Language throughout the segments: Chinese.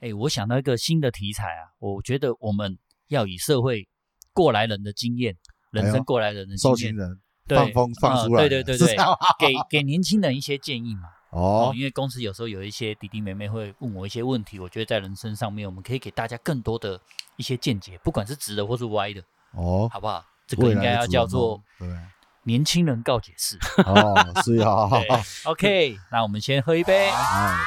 哎，我想到一个新的题材啊，我觉得我们要以社会过来人的经验，人哎生呦过来人的经受刑验，人对放风放呃出来了，对对对是对这样吗给给年轻人一些建议嘛。哦哦，因为公司有时候有一些弟弟妹妹会问我一些问题，我觉得在人生上面，我们可以给大家更多的一些见解，不管是直的或是歪的，哦，好不好？这个应该要叫做未来年轻人告解室。的主人翁对，哦，是啊， 对 OK，那我们先喝一杯。哎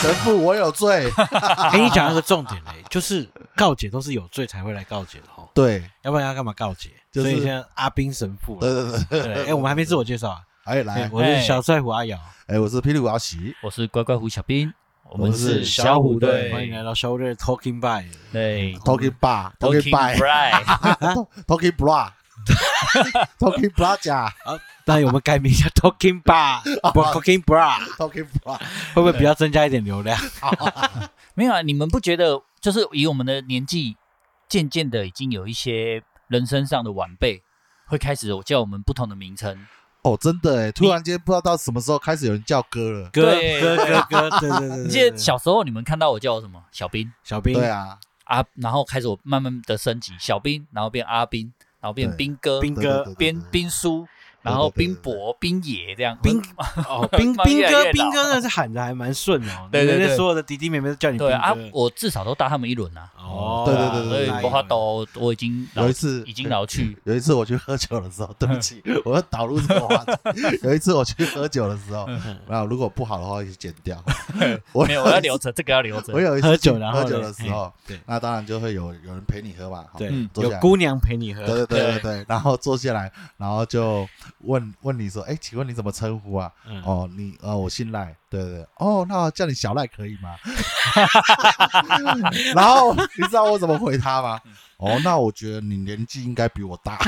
神父，我 有罪。跟哎你讲那个重点嘞，就是告解都是有罪才会来告解的哦，对，要不然要干嘛告解？就是所以现在阿兵神父啊，对对对，对，哎，我们还没自我介绍啊，哎，来，我是小帅虎阿瑶，哎，我是霹雳舞阿奇，我是乖乖虎小兵，我们是小虎欢队。迎来到小虎队 Talking By，对 Talking Bar，Talking Talking Bright， Bar，Talking Bra，Talking Bra 甲啊，那我们改名叫 Talking 啊 Bar，不 Talking Bra， ，Talking Bra，会不会比较增加一点流量？没有啊？你们不觉得就是以我们的年纪，渐渐的已经有一些人生上的晚辈会开始叫我们不同的名称？哦，真的哎，突然间不知道到什么时候开始有人叫哥了。哥对哥哥哥，对对对对，你对记得小时候你们看到我叫我什么？小兵小兵，对啊，啊，然后开始我慢慢的升级，小兵，然后变阿兵，然后变对兵哥、兵对哥对对对兵对兵叔，然后兵伯、兵野这样。兵哦， 兵慢慢兵越来越哥，老兵哥那是喊的还蛮顺的哦，对对对人家所有的弟弟妹妹都叫你兵对啊哥，，我至少都大他们一轮啊。哦，对对对对所以对我花都我已经老有一次已经老去，嗯有一次我去喝酒的时候，对不起，我要导入这个 话题。有一次我去喝酒的时候，然后如果不好的话，就剪掉。嗯 我没有我要留着这个要留着我。有一次喝酒去然后喝嘞酒的时候对，那当然就会有有人陪你喝嘛，哈对嗯，坐有下来姑娘陪你喝，对对对对对，然后坐下来，然后就问问你说，哎，请问你怎么称呼啊？嗯哦，你呃，我姓赖，对对对，哦，那叫你小赖可以吗？ 然后你知道我怎么回他吗？嗯哦，那我觉得你年纪应该比我 大，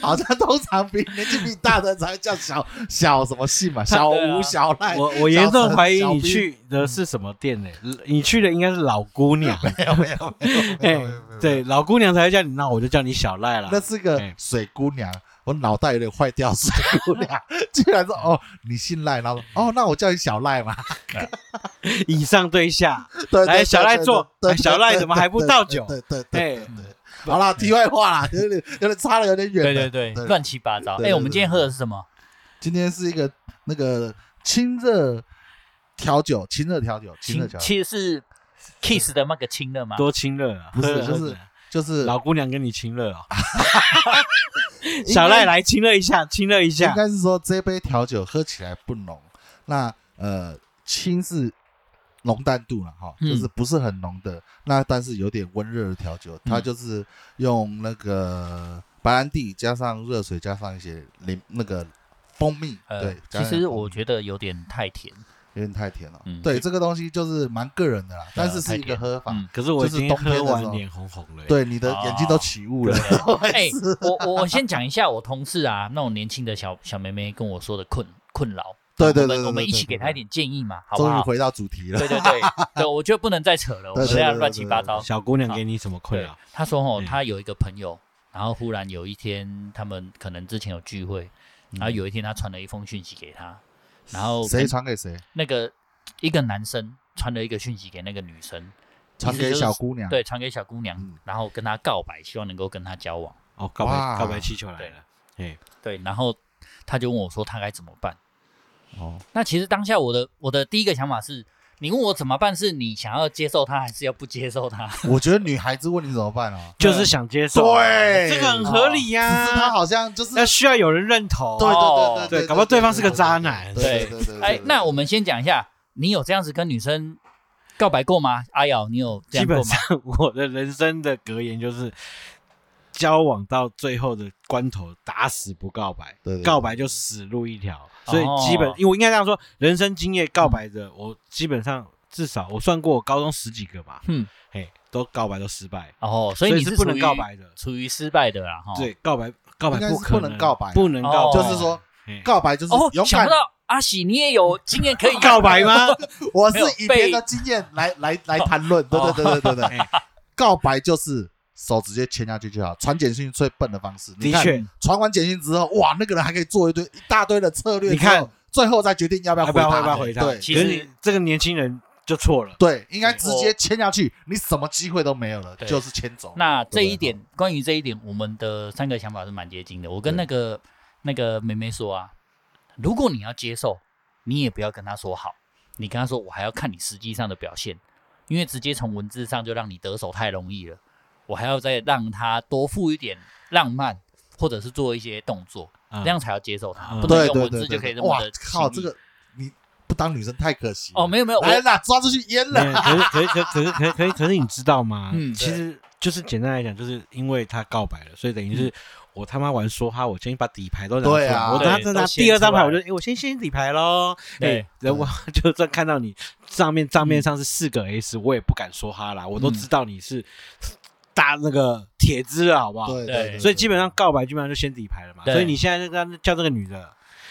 好像通常比年纪比你大的才叫小小什么姓嘛，小对啊吴、小赖。我我严重怀疑你小去的是什么店呢、你去的应该是老姑娘，没有没有没有没有没 有没有没有哎，对，老姑娘才会叫你，那我就叫你小赖啦。那是个哎水姑娘，我脑袋有点坏掉，水姑娘 居然说哦，你姓赖，然后说哦，那我叫你小赖嘛，以上对下，对对来对小赖对坐对哎对小赖对怎么对还不对倒对酒对对对，哎，好啦，题外话啦，有点有点差的有点远对了。对对，对乱七八糟。对对哎，对我们今天喝的是什么？今天是一个那个清热调酒，清热调酒，清热亲调酒其实是 Kiss 的那个亲的吗？多亲热啊！不是喝了就喝是了就是老姑娘跟你亲热哦。该小赖来亲热一下，亲热一应下。该是说这杯调酒喝起来不浓，那呃轻是浓淡度了哈，嗯就是不是很浓的，那但是有点温热的调酒，嗯它就是用那个白兰地加上热水加上一些柠那个蜂蜜，呃对，，其加上实蜂蜜我觉得有点太 甜。有点太甜了，嗯呃对这个东西就是蛮个人的啦，但是是一个喝法，嗯，可是我已经就是冬天的喝时候完脸红红了、，对你的眼睛都起雾了，哎、我我我先讲一下我同事啊，那种年轻的小小妹妹跟我说的困困扰。对对我对对们我们对一起对对给她一点建议嘛，好不 终于好？回到主题了，对对对对，我觉得不能再扯 了，我们对对这样对乱对七对八对糟。小姑娘给你什么困扰？他说哦，嗯他有一个朋友，然后忽然有一天，他们可能之前有聚会，然后有一天他传了一封讯息给他，然后嗯谁跟传给谁？那个一个男生传了一个讯息给那个女生，传意思给就是小姑娘，对，传给小姑娘嗯，然后跟她告白，希望能够跟她交往。哦，告白哇告白气球来了。哎，对，然后他就问我说他该怎么办。哦，那其实当下我的我的第一个想法是，你问我怎么办，是你想要接受他，还是要不接受他？我觉得女孩子问你怎么办啊？就是想接受，对这个很合理呀、只是他好像就是哦那需要有人认同。对对对对搞不好对方是个渣男对对对。哎，那我们先讲一下，你有这样子跟女生告白过吗？阿瑶，你有这基样过本吗？上 我的人生的格言就是，交往到最后的关头，打死不告白，对对对告白就死路一条。哦所以基本，因为我应该这样说，人生经验告白的，我基本上至少我算过，我高中十几个嘛，嗯，嘿，都告白都失败，哦，所所以你是是不属能于哦告，白的。处于失败的啦，哈。对，告白告白应该是可能，不能告白啊不能告白，哦就是说嘿告白就是哦，勇想敢不，到阿喜你也有经验 可以告白 吗？哦哎我是以别人的经验来来来谈论，对对对对对对，告白就是手直接牵下去就好，传简讯最笨的方式。你的看，确，传完简讯之后，哇，那个人还可以做一堆一大堆的策略之后，你看最后再决定要不要要回不他的，要要不要回他？对其可是实你这个年轻人就错了。对，应该直接签下去，你什么机会都没有了，对就是签走。那这一哦对点，关于这一点，我们的三个想法是蛮接近的。我跟对那个那个梅梅说啊，如果你要接受，你也不要跟她说好，你跟她说我还要看你实际上的表现，因为直接从文字上就让你得手太容易了，我还要再让她多付一点浪漫，或者是做一些动作，嗯这样才要接受她，嗯不能对用对文对字就对可以对，这么哇的靠，这轻易个你不当女生太可惜了哦，没有没有，我来啦，抓出去淹 没了。 有可是可是可可是可是可是可是你知道吗？嗯其实就是简单来讲，就是因为他告白了，所以等于是我他妈玩梭哈，我先把底牌都拿出对来，啊我等下嗯对再拿都先第二张牌，出我来就诶我先先底牌喽。对诶，然后我 就算看到你账面账面上是四个 S，我也不敢说哈啦，我都嗯知道你是大那个铁子了，好不好？对啊对对，所以基本上告白基本上就先底牌了嘛，对所以你现在就让叫这个女的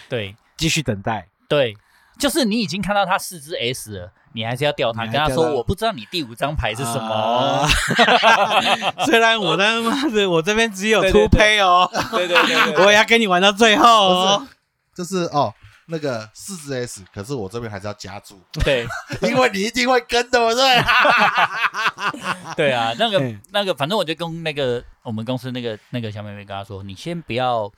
对继续等待，对，就是你已经看到他四只 S 了，你还是要钓他，你还跟他钓说他我不知道你第五张哎牌是什么。啊 虽然我他妈的我这边只有对对突胚哦， 对对对我也要跟你玩到最后哦。就是哦，那个四只 S，可是我这边还是要加注， 对因为你一定会跟，对不对？对啊，那个嗯那个，反正我就跟那个我们公司那个那个小妹妹跟她说，你先不要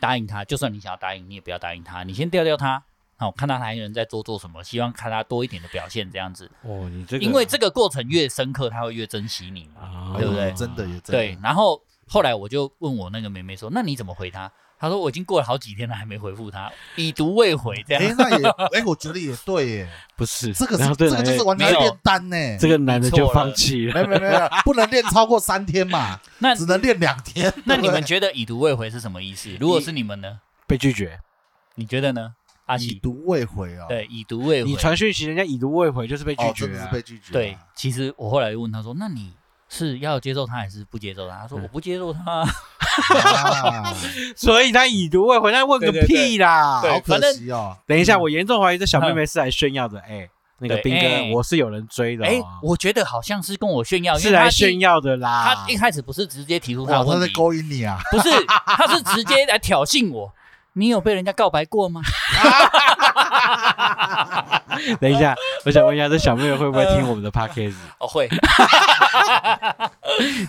答应他，就算你想要答应，你也不要答应他，你先钓钓他。好，看他还能在做做什么，希望看他多一点的表现，这样子，哦，你这因为这个过程越深刻，他会越珍惜你嘛。啊 对不对 真的也真的对，，然后后来我就问我那个妹妹说：“那你怎么回她？”她说：“我已经过了好几天了，还没回复她， 已读未回。”这样哎，那也哎，我觉得也 对耶，不是这个然是后这个个男就的是完全哎没有炼丹呢。这个男的你错就了放弃了。没没没，不能练超过三天嘛， 那只能练两天。 那对你不对们觉得已读未回是什么意思？如果是你们呢？被拒绝，你觉得呢？阿已喜，读未回哦，对，已读未回。你传讯息，人家已读未回，就是被拒哦，绝真的啊是被拒绝。对，，其实我后来又问他说：“那你是要接受他还是不接受他？”他说：“嗯我不接受他。啊，所以他已读未回，那问个对对对屁 啦！对好反可正惜哦。等一下，我严重怀疑这小妹妹是来炫耀的。哎，那个对兵哎哥，我是有人追”的哎哦，，我觉得好像是跟我炫耀，因是为他来一炫。耀啊的啦他。一开始不是直接提出他哇，的他问在题，勾引你啊！不是，他是直接来挑衅我。你有被人家告白过吗？等一下，我想问一下，这小妹妹会不会听 我们的 podcast？哦，会，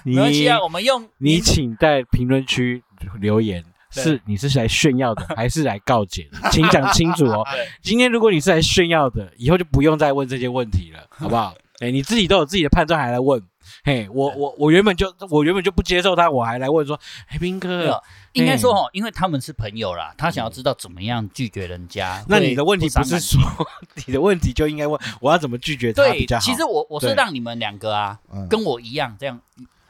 没 你关系啊，我们用你请在评论区留言，对是你是来炫耀 的还是来告解的？请讲清楚哦对。今天如果你是来炫耀的，以后就不用再问这些问题 了，好不好？哎、你自己都有自己的判断，还来问？嘿，我我我原本就我原本就不接受他，我还来问说，哎、斌没有哥，应该说哦，因为他们是朋友啦，他想要知道怎么样拒绝人家。嗯那会你的问题不伤是感说 你的问题就应该问我要怎么拒绝他比对较，好？其实我我是对让你们两个啊，嗯跟我一样这样。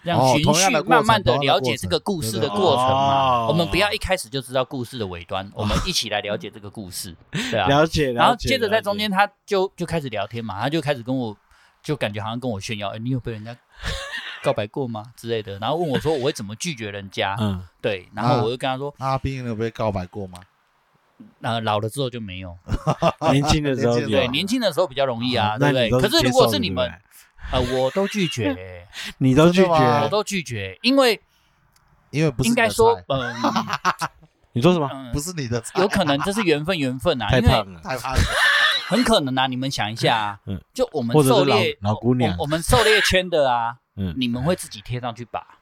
让哦循同样序的过程慢慢的同样了的过解这程个故事对的对过程嘛，哦我们不要一开始就知道故事的尾端，我们一起来了解这个故 事，对啊。了解，了解然后接着在了解中间，他就就开始聊天嘛，他就开始跟我，就感觉好像跟我炫耀，哎，你有被人家 告白过吗之类的，然后问我说 我会怎么拒绝人家，嗯，对，然后我就跟他说，阿斌有被告白过吗？呃，老了之后就没有，年轻的时候年轻的有对， 年轻的时候比较容易啊，啊对那不对？你都可是是如果接受是的你对不对啊们，呃，我都拒 绝，你都拒真的吗我绝，都拒绝，因为因为不是应你的该说菜， 嗯你说什么？嗯不，是你的菜，有可能这是缘分，缘分啊，太因为胖了。太怕了。很可能啊，你们想一下啊 嗯，就我们或者是狩猎老老姑娘我我们狩猎圈的啊，嗯，啊你们会自己贴上去吧？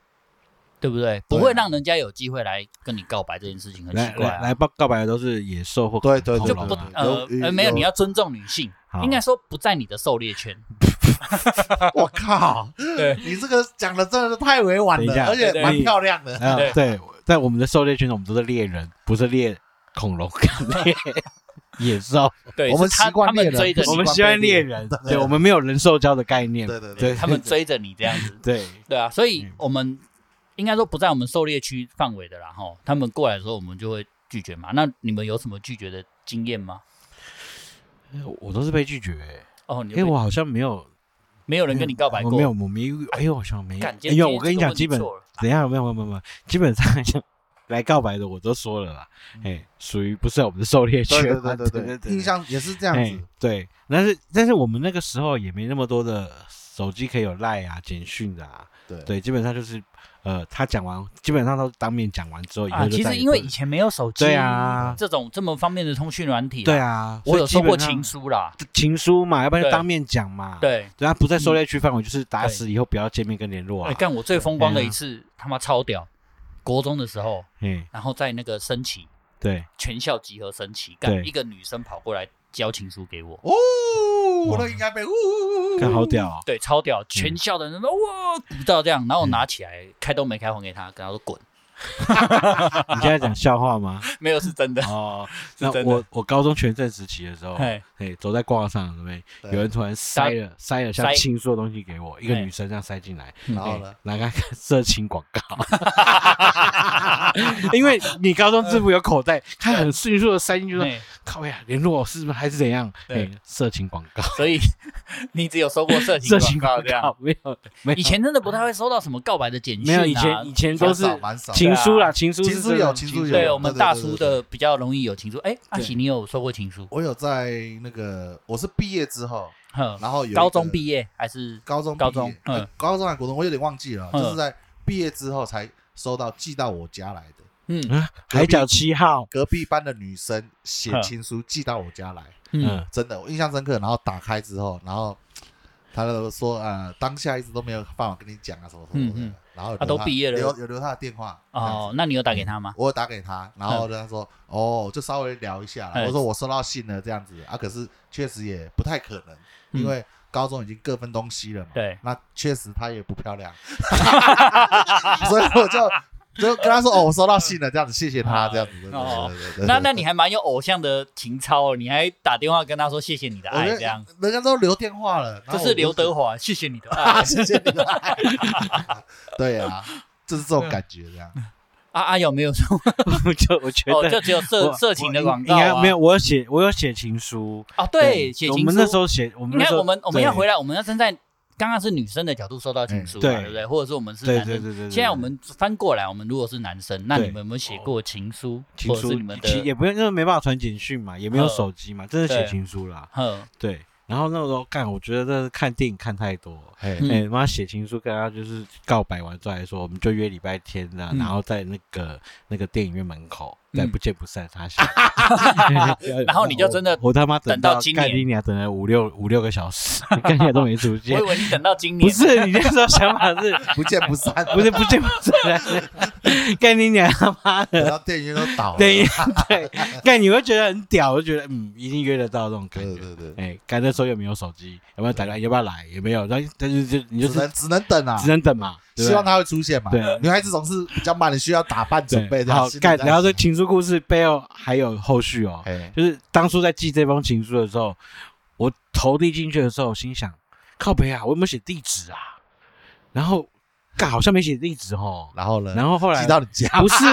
对不对？不会让人家有机会来跟你告白这件事情，很奇来怪来啊。来报告白的都是野兽或对对恐对就龙不啊呃有呃没有，有你要尊重女性，好应该说不在你的狩猎圈。我靠，对你这个讲的真的是太委婉等一了，下而对且对蛮你漂亮的。啊对，对，在我们的狩猎圈中，我们都是猎人，不是猎恐龙、 猎野兽。对，我们是他习惯他们猎人追着你不我们惯喜欢被猎猎人，对，我们没有人兽交的概念。对对对他们追着你这样子。对，对啊，所以嗯我们应该说不在我们狩猎区范围的啦，吼，他们过来的时候我们就会拒绝嘛。那你们有什么拒绝的经验吗？我都是被拒绝，哦，你因为有被我好像没有没有人跟你告白我过，没有，我没有，哎呦，好像没有干，哎呦，我跟你讲，基本今天这个问题错了等一下，没有没有没有没有，基本上就来告白的我都说了啦，哎，属于不是我们的狩猎圈嗯对啊，对对对对，印象也是这样哎子。对，但是但是我们那个时候也没那么多的手机可以有赖啊、简讯的啊，对对，基本上就是呃，他讲完，基本上都当面讲完之后，以后啊，就其再实也因不为会以前没有手机对啊这种这么方便的通讯软体，对，啊，我所以有基收过本上情书啦，情书嘛，要不然就对当面讲嘛。，对。嗯对啊，不在狩猎区范围，就是打对死以后不要见面跟联络哎，啊。 干我最风光的哎一呀次，他妈超屌！国中的时候，嗯，然后在那个升旗，对，全校集合升旗，干对一个女生跑过来交情书给我，哦，我哇那应该被呜，看好 屌哦。对，超屌！全校的人都哇鼓到这样，然后我拿起来开都没开还给他，跟他说滚，你现在讲笑话吗？ 没有是真的。 哦，那真的我我高中全盛时期的时候，哦 嘿嘿，走在广场上，对不对？对有人突然塞了塞了像塞情书的东西给我，一个嘿女生这样塞进哎来，然后嘿呢？拿看看色情广告， 因为你高中制服有口袋，他很迅速的塞进去说哎：“靠呀，联络我是不是还是怎样？”对嘿，色情广告， 所以你只有收过色情色情广广告 这样告。没有没有以前真的不太会收到什么告白的简讯、啊，没有以前以前都蛮是少，蛮少。情书对啊啦，情书是情书真的有情书有对我们对对大对叔对对的比较容易有情书。哎，阿对喜，你有收过情书？我有在那个，我是毕业之后，哼，然后有一个高中毕业还是高中毕高业中呃嗯高中还国中，我有点忘记了，嗯就是在毕业之后才收到寄到我家来的。嗯啊海角七号， 隔壁班的女生写嗯情书寄到我家来，嗯嗯，真的，我印象深刻。然后打开之后，然后他就说呃，当下一直都没有办法跟你讲啊，什么什么嗯的嗯。然后有他留都毕业了留有留他的电话。哦，那你有打给他吗？我有打给他，然后他说：“哦，就稍微聊一下啦。哎我说：“我收到信了，这样子啊，可是确实也不太可能，嗯因为高中已经各分东西了嘛。对那确实她也不漂亮， 所以我就就跟他说：‘哦，我收到信了，这样子，谢谢他，这样子。’对哦对对对对那那你还蛮有偶像的情操哦，你还打电话跟他说谢谢你的我爱，跟这样人家都留电话了，然这后是我刘就德华，谢谢你的啊，爱。谢谢你的爱。对啊，就是这种感觉，这嗯样。啊啊，有没有说？我就我 觉哦，得就只有色我色情的我广应告应啊该没有，我有写我有写情书，哦，对，写我情们那时书。候写，我们你那时看，候我们我们要对嗯回来，我们要站在刚刚是女生的角度收到情书嘛，对对不对？或者是我们是对男对生对对对。现在我对们翻过来，我们如果是男生，那对哦你们有没有写过情书，情或者书是你们其实的也不用，因为没办法传简讯嘛，也没有嗯手机嘛，真的写对情书啦。哼对，然后那时候干，我觉得这是看电影看太多了。嘿嗯哎，妈写情书跟他就是告白完之后还说，我们就约礼拜天啊，嗯然后在那个那个电影院门口，嗯再不见不散。他想，然后你就真的哦我他妈等到到今干年你娘等了五六五六个小时，干你娘都没出我现以。为你等到今不年，是你那时候想法是，不见不散， 不是不见不散，干你娘他妈的等！到电影院都倒了。对对，但你会觉得很屌，就觉得嗯，一定约得到这种感对觉。对对，哎，干那时候有没有手机？有没有打电话？要不要来？有没有？然后但是就 你就只是能只能等啊只，能等嘛，对不希对望他会出现嘛。对女孩子总是比较慢的，需要打扮准备这对样好心里干。在然后这想情书故事背后还有后续哦，嘿，就是当初在寄这封情书的时候，我投递进去的时候，我心想靠北啊，我有没有写地址啊？然后干好像没写地址哦。然后呢？然后后来寄到你家，不是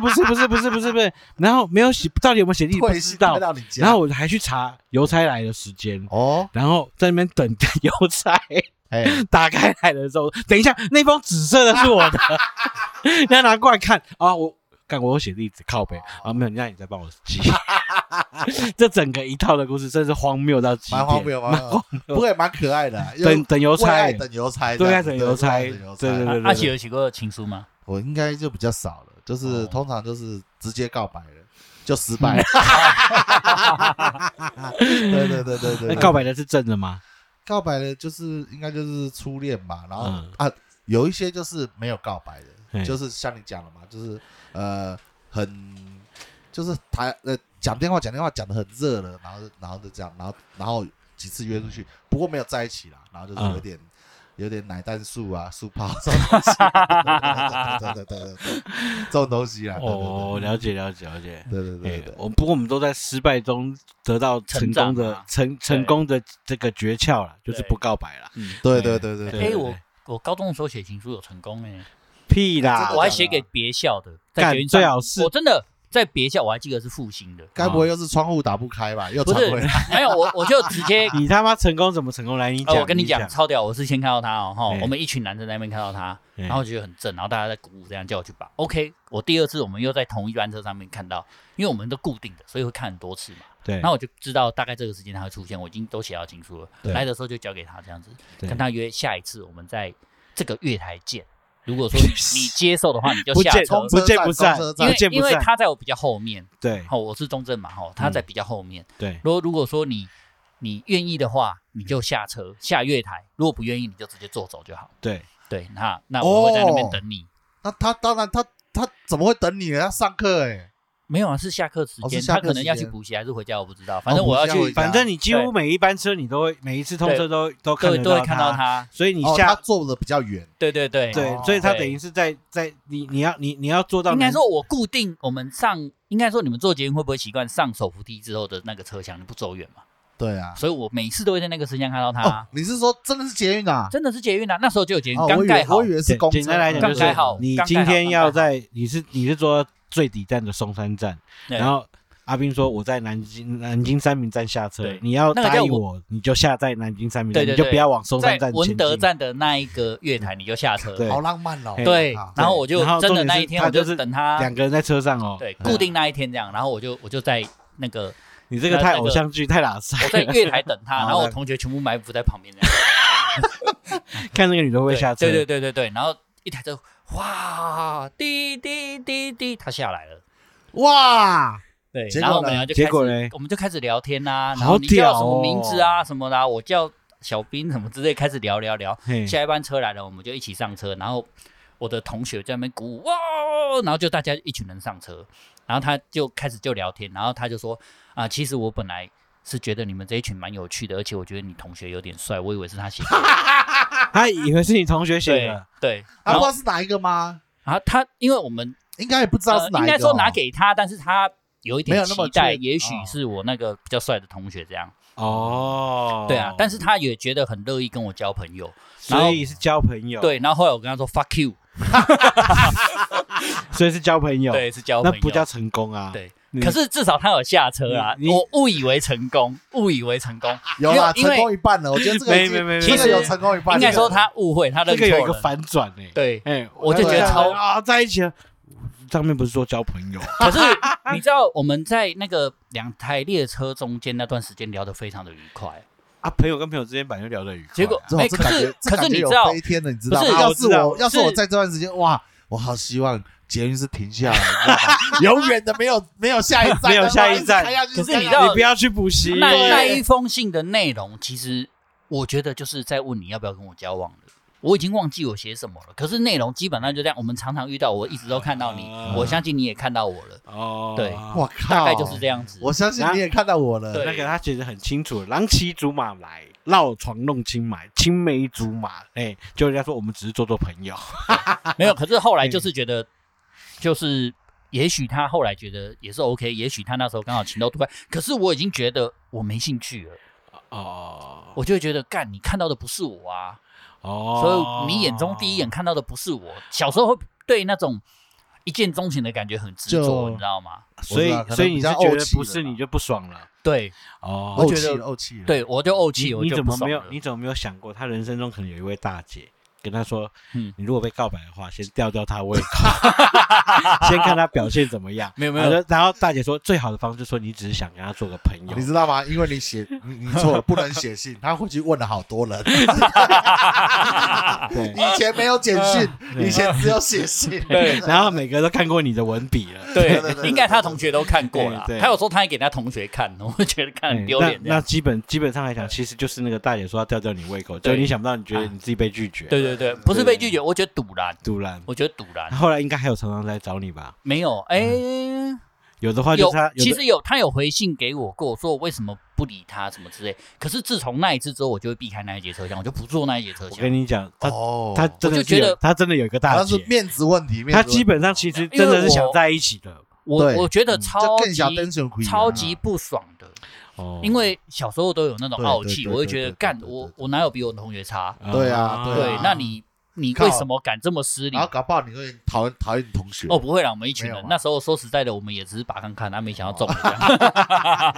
不是不是不是不是不是不是，然后没有写，到底有没有写地址不会知道寄。到你家。然后我还去查邮差来的时间，哦，然后在那边等 邮差 哎，打开来的时候，等一下那封紫色的是我的， 然后拿过来看啊，我看我有写例子靠哦背啊，没有，那你再帮我记。 这整个一套的故事真是荒谬到极点，蛮荒谬，蛮荒谬，不过也蛮可爱的啊。等等邮邮差，等邮差这对样啊，子，等邮差，为对爱等邮差。对啊对阿对喜对，有写过情书吗？我应该就比较少了，就是、哦通常就是直接告白了，就失败了。对对对对对那哎告白白的是真的吗？告白了就是应该就是初恋吧，然后、嗯啊有一些就是没有告白的，嘿就是像你讲了嘛，就是呃很就是谈呃讲电话讲电话讲的很热了，然后就然后就这样，然后然后几次约出去，不过没有在一起啦，然后就是嗯有点。有点奶蛋素啊，素泡这种东西，对对对对对对对，这种东西啦，对对对哦，了解了解了解。对对对哎对，我不过我们都在失败中得到成功成长的嘛成成功的这个诀窍了，就是对不告白了。嗯，对对对对对，哎，对我我高中的时候写情书有成功哎，屁真啦的，我还写给别校的，在干捷运最上，好是我真的在别校，我还记得是复兴 的，该不会又是窗户打不开吧？又不传是回来， 没有我我就直接你他妈成功怎么成功？来，你呃，讲，我跟你讲，超屌！我是先看到他哦，哈，哎我们一群男生在那边看到他，哎然后觉得很正，然后大家在鼓舞，这样叫我去拔。OK，我第二次我们又在同一班车上面看到，因为我们都固定的，所以会看很多次嘛。对，那我就知道大概这个时间他会出现，我已经都写好情书了。对来的时候就交给他这样子，对跟他约下一次我们在这个月台见。如果说 你你接受的话，你就不下见车，不见不散，冲车因站不为见因不为散。他在我比较后面，对嗯好、我是中正嘛，吼，他在比较后面。对，如果如果说你你愿意的话，你就下嗯车下月台；如果不愿意，你就直接坐走就好。对，对，那那我会在那边哦等你。那他当然他他怎么会等你呢？他上课哎，没有啊，是下课时哦间，是下他课可能要时去间哦补习还是回家，我不知道。反正补我要习啊去回，家反正你几乎对每一班车你都会，每一次通车都都看对，得都会到看到他，他。所以你哦，他下坐的比较远，对对对，对哦，所以他对等于是在在你你要你你要做到哦应该能说，我固定我们上，应该说你们坐捷运会不会习惯上手扶梯之后的那个车厢？你不走远嘛？对啊。所以我每次都会在那个车厢看到他哦啊，，你是说真的是捷运啊？真的是捷运啊，那时候就有捷运哦，刚我以盖为好我以，为是简公车，简单来讲刚就是盖好你刚今盖好天刚要盖在你是你是坐到最底站的松山站，对然后阿斌说我在南京南京三明站下车对，你要那个答叫应我我，你就下在南京三明站，对对你就对不要往松山在站文前德进站的那一个月台你就下车。对好浪漫哦。对啊，然后我就然后真的重点那是一天他我就是等他两，个人在车上哦，啊对，固定那一天这样，然后我就我就在那 个你这个那太那偶个像剧太拉塞我在了，月台等他，好然后我来同学全部埋伏在旁边这样。 看那个女的会不会对下车，对对对对对，然后一台车，哇，滴滴滴滴，他下来了。哇，对，结果然后我们呢俩就结开始果嘞我们就开始聊天呐、然好后你叫什屌哦么名字啊什么的啊、我叫小兵什么之类，开始聊聊聊。嘿，下一班车来了，我们就一起上车，然后我的同学在那边鼓舞，哇，然后就大家一群人上车，然后他就开始就聊天，然后他就说啊、其实我本来是觉得你们这一群蛮有趣的，而且我觉得你同学有点帅，我以为是他写的，他啊以为是你同学写对的，对，他然不知后道是哪一个吗？然后他因为我们应该也不知道是哪呃应一个哦。该说拿给他，但是他有一没有点那期么待，确也许哦是我那个比较帅的同学这样。哦，对啊，但是他也觉得很乐意跟我交朋友。然所后以是交朋友，，对，然后后来我跟他说 fuck you，所以是交朋友，对，是交那朋友。不叫成功啊，对你，可是至少他有下车啊，你你我误以为成 功，误以为成功，有啦，因为成功一半了。我觉得这个已经没没没这个没有成功一半应了。该说他误会，他认这个有一错个了。反转诶， 对，哎，我就觉得超啊，在一起了。上面不是说交朋友，可是你知道我们在那个两台列车中间那段时间聊得非常的愉快，啊，朋友跟朋友之间本来就聊得愉快啊、结果这种哎这可感是觉，这可是感觉你有知道飞天的，你知道不吗？是要我是知道我，要是是我在这段时间，哇，我好希望捷运是停下来，你知道吗永远的没有没有下一站，没有下一站开下去可是你知开下去道你不要去补习，那对那一封信的内容，其实我觉得就是在问你要不要跟我交往了。我已经忘记我写什么了，可是内容基本上就这样。我们常常遇到，我一直都看到你，啊我相信你也看到我了，哦，对我靠，啊大概就是这。样子。我相信你也看到我了对，那个他其实很清楚，郎骑竹马来，绕床弄青埋，青梅竹马，哎、就人家说我们只是做做朋友，没啊有，可是后来就是觉得，就是也许他后来觉得也是 OK，也许他那时候刚好情窦初开，可是我已经觉得我没兴趣了，哦我就会觉得干，你看到的不是我啊，哦所以你眼中第一眼看到的不是我。小时候会对那种一见钟情的感觉很执就着，你知道吗？所以我知道所以你可能比较是觉怄得气不是了吧你就不爽了，对哦我怄觉气得了，怄气了。对，我就怄你气，我你就怎不么爽没有了你怎么没有想过，他人生中可能有一位大姐跟他说，嗯你如果被告白的话，先吊吊他胃口， 先看他表现怎么样。没有没然后有，就然后大姐说，最好的方式就是说你只是想跟他做个朋哦友你，知道吗？因为你写你你错了，不能写信。他回去问了好 多人，对，以前没有简讯，对以前只有 写信。 对然后每个都看过你的文笔了。对对对对，应该他同学都看过对了对，他有时候他还给他同学看，我觉得看嗯很丢脸这那那样。基本基本上来讲，其实就是那个大姐说要吊吊你胃口，就对啊你想不到，你觉得你自己被拒绝，对对对，不是被拒绝，我觉得堵然，突然。我觉得堵然。后来应该还有常常来找你吧？没有，哎、嗯有的话就有是他，有其的实有，他有回信给我过，说我为什么不理他什么之类。可是自从那一次之后，我就会避开那一节车厢，我就不坐那一节车我厢跟。你讲， 他哦，他真的我就是觉有得他真的有一个大他是姐，面子问题，面他子哦基问本上其实真的是想在一起的。我对我觉得超就更级想登上亏啊超级不爽的，哦因为小时候都有那种对傲对气，对我会对觉对得对干对我对我哪有比我同学差？对啊哦对啊对，那你你靠为什么敢这么失题，礼然？后搞不好你会讨厌讨厌你同学哦，不会啦，我们一群没有啊哦人吧那时候说实在的，我们也只是把看看，他没想到中了这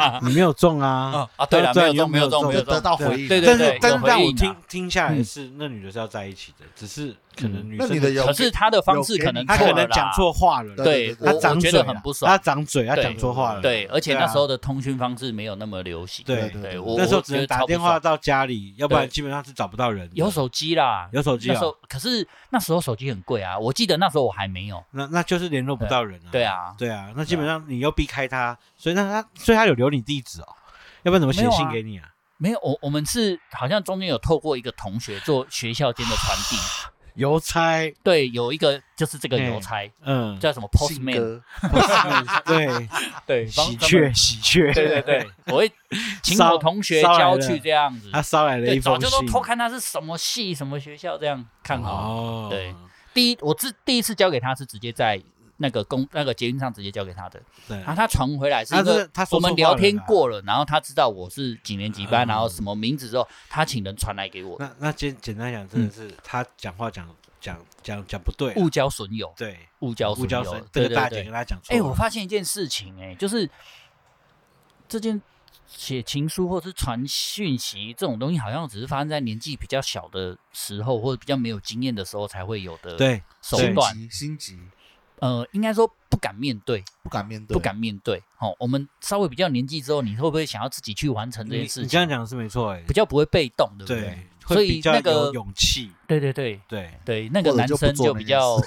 样你没有中啊 啊！啊，对了，没有你又中，没有中，没就有得中。到回应。对对啊但对是有但是回但我应啊听听下来是那女的是要在一起的，只是可能嗯女那生你的有可是他的方式有给可能你他错可了能啦讲错话了，对，对对对我他我长觉嘴得了，啊很不他爽。长嘴，他对讲错话了，对，而且对那啊时候的通讯方式没有那么流行。对对对我那时候我只觉能得打超不电话爽到家里，要不然对基本上是找不到人的。有手机啦，有手机那啊时，候可是那时候手机很贵啊，我记得那时候我还没有。那那就是联络不到人啊。对啊，对啊，那基本上你又避开他，所以那他所以他有留你地址哦，要不然怎么写信给你啊？没有我我们是好像中间有透过一个同学做学校间的传 递，邮差，对，有一个就是这个邮差 嗯，叫什么信 postman，鸽，对，对，喜鹊，喜鹊，对对 对，我会请烧我同学烧来交了去这样子他，捎来了对，一早封就信，都偷看他是什么系、什么学校这样看好。哦，对第一，我自第一次交给他是直接在那个公那个捷运上直接交给他的，对然，后他传回来是一他个嗯啊是他说我们错话聊了天啦过了，然后他知道我是几年级班，嗯然后什么名字之后，他请人传来给我，那那简简单讲，真的是他讲话讲讲讲讲不对啊，误交损友，对，误交误损交友生，，这对个对大姐对跟。他讲错哎、了，我发现一件事情、哎，就是这件写情书或是传讯息这种东西，好像只是发生在年纪比较小的时候，或者比较没有经验的时候才会有的对手对段。心急心急，呃，应该说不敢面对，不敢面对，不敢面对。哦，我们稍微比较年纪之后，你会不会想要自己去完成这你件事情？你这样讲是没错，哎比，较不会被动，对不对？对，所会以比较那个有勇气，对对对对，对，那个或者男就不生做就那比件 较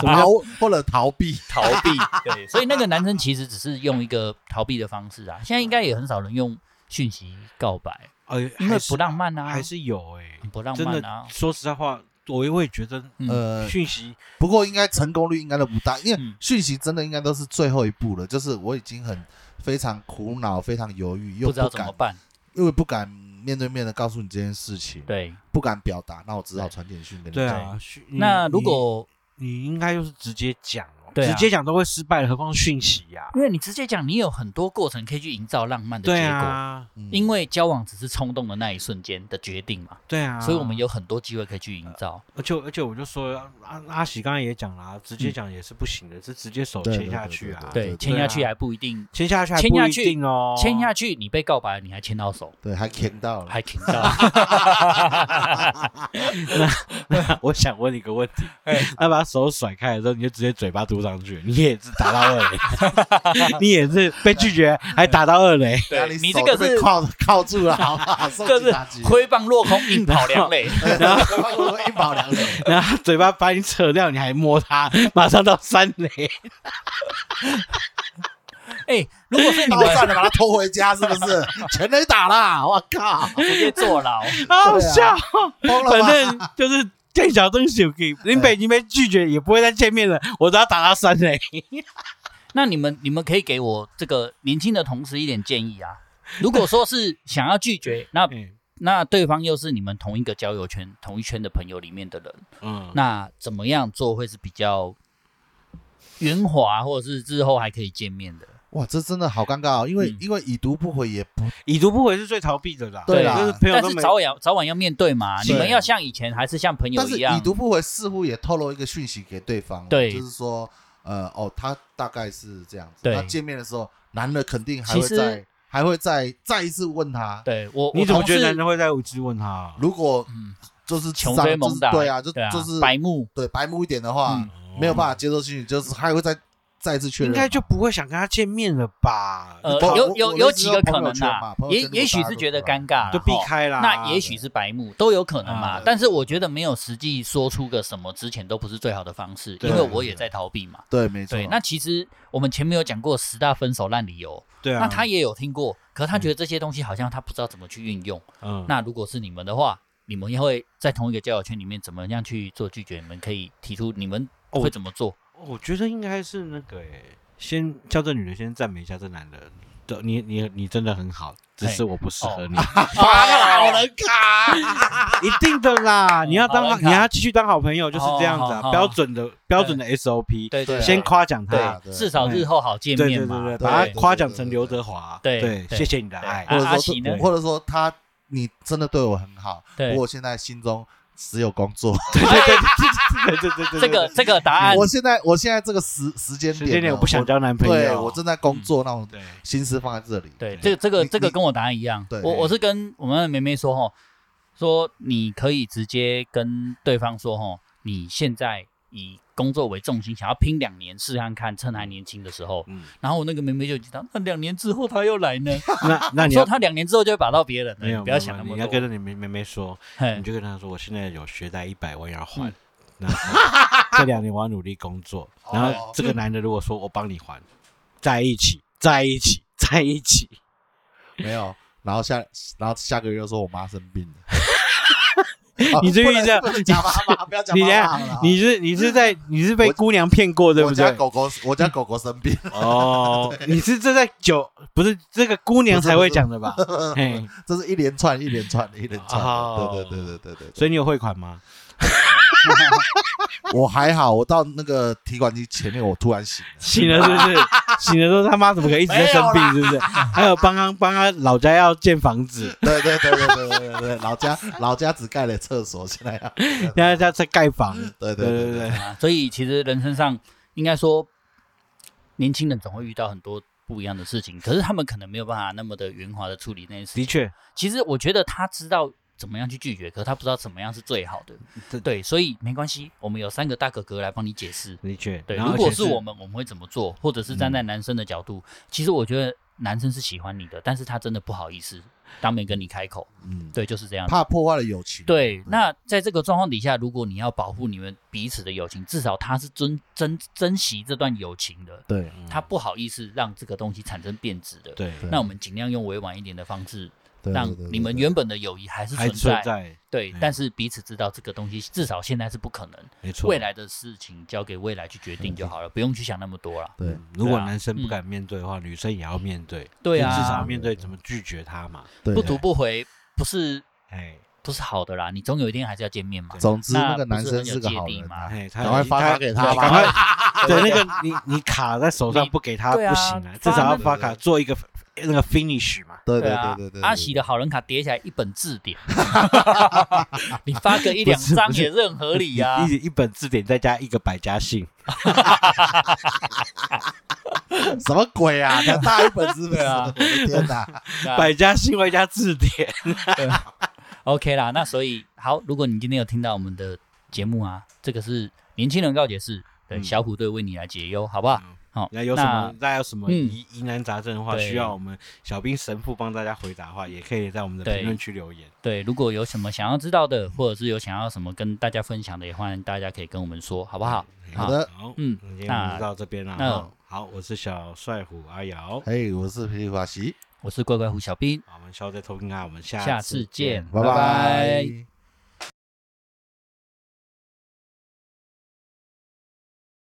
逃或者逃避， 逃避，对，所以那个男生其实只是用一个逃避的方式啊。现在应该也很少人用讯息告白，呃，因为还是不浪漫啊，还是有哎，很不浪真漫的啊，说实在话，我也会觉得嗯呃，讯息不过应该成功率应该都不大，因为嗯讯息真的应该都是最后一步了，就是我已经很非常苦恼，非常犹豫，又不知道怎敢么，办。因为不敢面对面的告诉你这件事情，对，不敢表达，那我只好传简讯给你。对啊，讯你那如你果你应该就是直接讲哦，对啊直接讲都会失败了，何况讯息呀？因为你直接讲，你有很多过程可以去营造浪漫的对结果。啊，嗯因为交往只是冲动的那一瞬间的决定嘛，对啊，所以我们有很多机会可以去营造。而且而且我就说啊阿阿喜刚才也讲了，啊直接讲也是不行的，是直接手对牵对下对去对啊，对嗯对，签下去啊还不一定，签下去还签不下一去定哦，签下去你被告白，你还牵到手，对还填到了，还挺到。 我想问你个问题， 那把手甩开的时候，你就直接嘴巴嘟上去，你也是打到二垒，你也是被拒绝，还打到二垒，对你这个是靠靠住了，好 吧？送这警是察局挥棒落空，硬跑两垒。然 后一跑两垒，然后他嘴巴把你扯掉，你还摸他，马上到三垒， 哎，如果 是你那 们算了，把他拖回家是不是？全垒打啦！我 靠，直接坐牢，好好笑哦。疯了反吧？正就是店小东西给林北已经被拒绝，也不会再见面了，我只要打到三垒。哎那你们你们可以给我这个年轻的同事一点建议啊。如果说是想要拒绝，那那对方又是你们同一个交友圈、同一圈的朋友里面的人，嗯，那怎么样做会是比较圆滑，或者是之后还可以见面的？哇，这真的好尴尬哦，因为嗯因为已读不回也不已读不回是最逃避的啦。对啦就是朋友但都是没早晚要早晚要面对嘛，是你们要像以前还是像朋友但是一已样，读不回似乎也透露一个讯息给对方，对就是说，呃，哦，他大概是这样子。对那见面的时候，男的肯定还会其实再还会再再一次问他，对我你我怎么同觉得事男人会在无知问他？啊如果嗯就是穷上追就是猛打？对啊，就对啊，就是白目，对白目一点的话嗯，没有办法接受讯息，就是还会再再一次确哦应认嘛，该就不会想跟他见面了吧？呃朋，友有有我的有意思几是个朋可友能圈啦嘛，朋友也圈如果也许大家是都觉得知道尴尬啦，就避齁开啦。那也许是白目，都有可能嘛。嗯啊但是我觉得没有实际说出个什么之前都不是最好的方式，对因为我也在逃避嘛。对，没错对，。那其实我们前面有讲过十大分手烂理由，对啊，那他也有听过，可是他嗯觉得这些东西好像他不知道怎么去运用。嗯那如果是你们的话，你们会在同一个交友圈里面怎么样去做拒绝？你们可以提出你们哦会怎么 做？我觉得应该是那个诶，先叫这女的先赞美一下这男的，对你你你真的很好，只是我不适合你，啊好人卡，一定的啦。你要当好好人卡你要继续当好朋友就是这样子哦啊好，好标准的标准的 SOP，对对，对啊先夸奖对他，对至少日后好见对面对对嘛。对对，把他对夸奖成刘德华，对对，对谢谢你的对爱啊，或者阿说喜呢或者说他你真的对我很好，对我现在心中只有工作。对对对对对对对对，这个这个答案啊我现在我现在这个时时间嗯时点呢，间点我不想交男朋友，对我正在工作，那我对心思放在这里。对，这个对这个你这个你跟我答案一样对。我我是跟我们的梅梅说哦，说你可以直接跟对方说，吼，你现在以工作为重心，想要拼两年试看看，趁还年轻的时候。嗯，然后我那个妹妹就知道，那两年之后她又来呢。那那你 你说要她两年之后就会把到别人没有了，不要想那没么有你要跟多。着你妹妹妹说，嘿你就跟她说，我现在有学贷一百万要还嗯，那这两年我要努力工作。然后这个男的如果说我帮你还，在一起，在一起，在一起，没有。然后下，然后下个月又说我妈生病了。 哦你这不个意能思啊不能讲妈妈，不要讲你妈等下妈了啦。你是你是在你是被姑娘骗过对啊我不家对？狗狗，我家狗狗生病 了，哦，你是这在酒不是这个姑娘才会讲的吧？嘿，这是一连串一连串的一连串的。哦对对对对对对对。所以你有汇款吗？我还好，我到那个提款机前面，我突然醒了。醒了是不是？ 醒了之后他妈怎么可以一直在生病是不是？还有帮他帮他老家要建房子，对对对对对对对 对，老家老家只盖了厕所，现在要。现在在在盖房。对对对对对对，对， 啊，所以其实人生上应该说，年轻人总会遇到很多不一样的事情，可是他们可能没有办法那么的圆滑的处理那些事情。的确，其实我觉得他知道怎么样去拒绝，可是他不知道怎么样是最好的。这对，所以没关系，我们有三个大哥哥来帮你解释。的确。对，然后如果而且嗯是我，们，我们会怎么做，或者是站在男生的角度，其实我觉得男生是喜欢你的，但是他真的不好意思当面跟你开口。嗯，对，就是这样子。怕破坏了友情。对，那在这个状况底下，如果你要保护你们彼此的友情，至少他是珍珍珍惜这段友情的，对他不好意思让这个东西产生变质的。，嗯对对那我们尽量用委婉一点的方式，对让对对对你们对原本的友谊还是还存存在，对嗯，但是彼此知道这个东西，至少现在是不可能，没错。未来的事情交给未来去决定就好了，不用去想那么多了。对，嗯，如果对啊男生不嗯敢面对的话，女生也要面对，对至少要啊，面对怎么拒绝他嘛。对不读不回不是哎不是好的啦，你总有一天还是要见面嘛。总之，那那个不男是生很有是个芥好蒂人吗啊，哎，他赶快发卡给给他赶快 吧。对，那个你你卡在手上你不给他不对啊行啊，至发少要那发卡做一个那个 finish 嘛。对对啊对对对，阿喜的好人卡叠起来一本字典， 你发个一两张也是很合理啊呀、一一本字典再加一个百家姓，什么鬼 啊？两大一本是不是？对啊 我的天哪！啊百家姓外加字 典， OK 啦，那所以好，如果你今天有听到我们的节目啊，这个是年轻人告解室，对、嗯小虎队为你来解忧，好不好？好、那有什么大家有什么嗯疑疑难杂症的话，对需要我们小兵神父帮大家回答的话，也可以在我们的对评论区留言。对，如果有什么想要知道的，或者是有想要什么跟大家分享的，也欢迎大家可以跟我们说，好不好？好的，好，嗯那今天我们那就到这边了。那哈好，我是小帅虎阿瑶，嘿，我是皮皮华西，我是乖乖虎小兵，好我们下周再偷听啊，我们下次见，拜拜拜拜。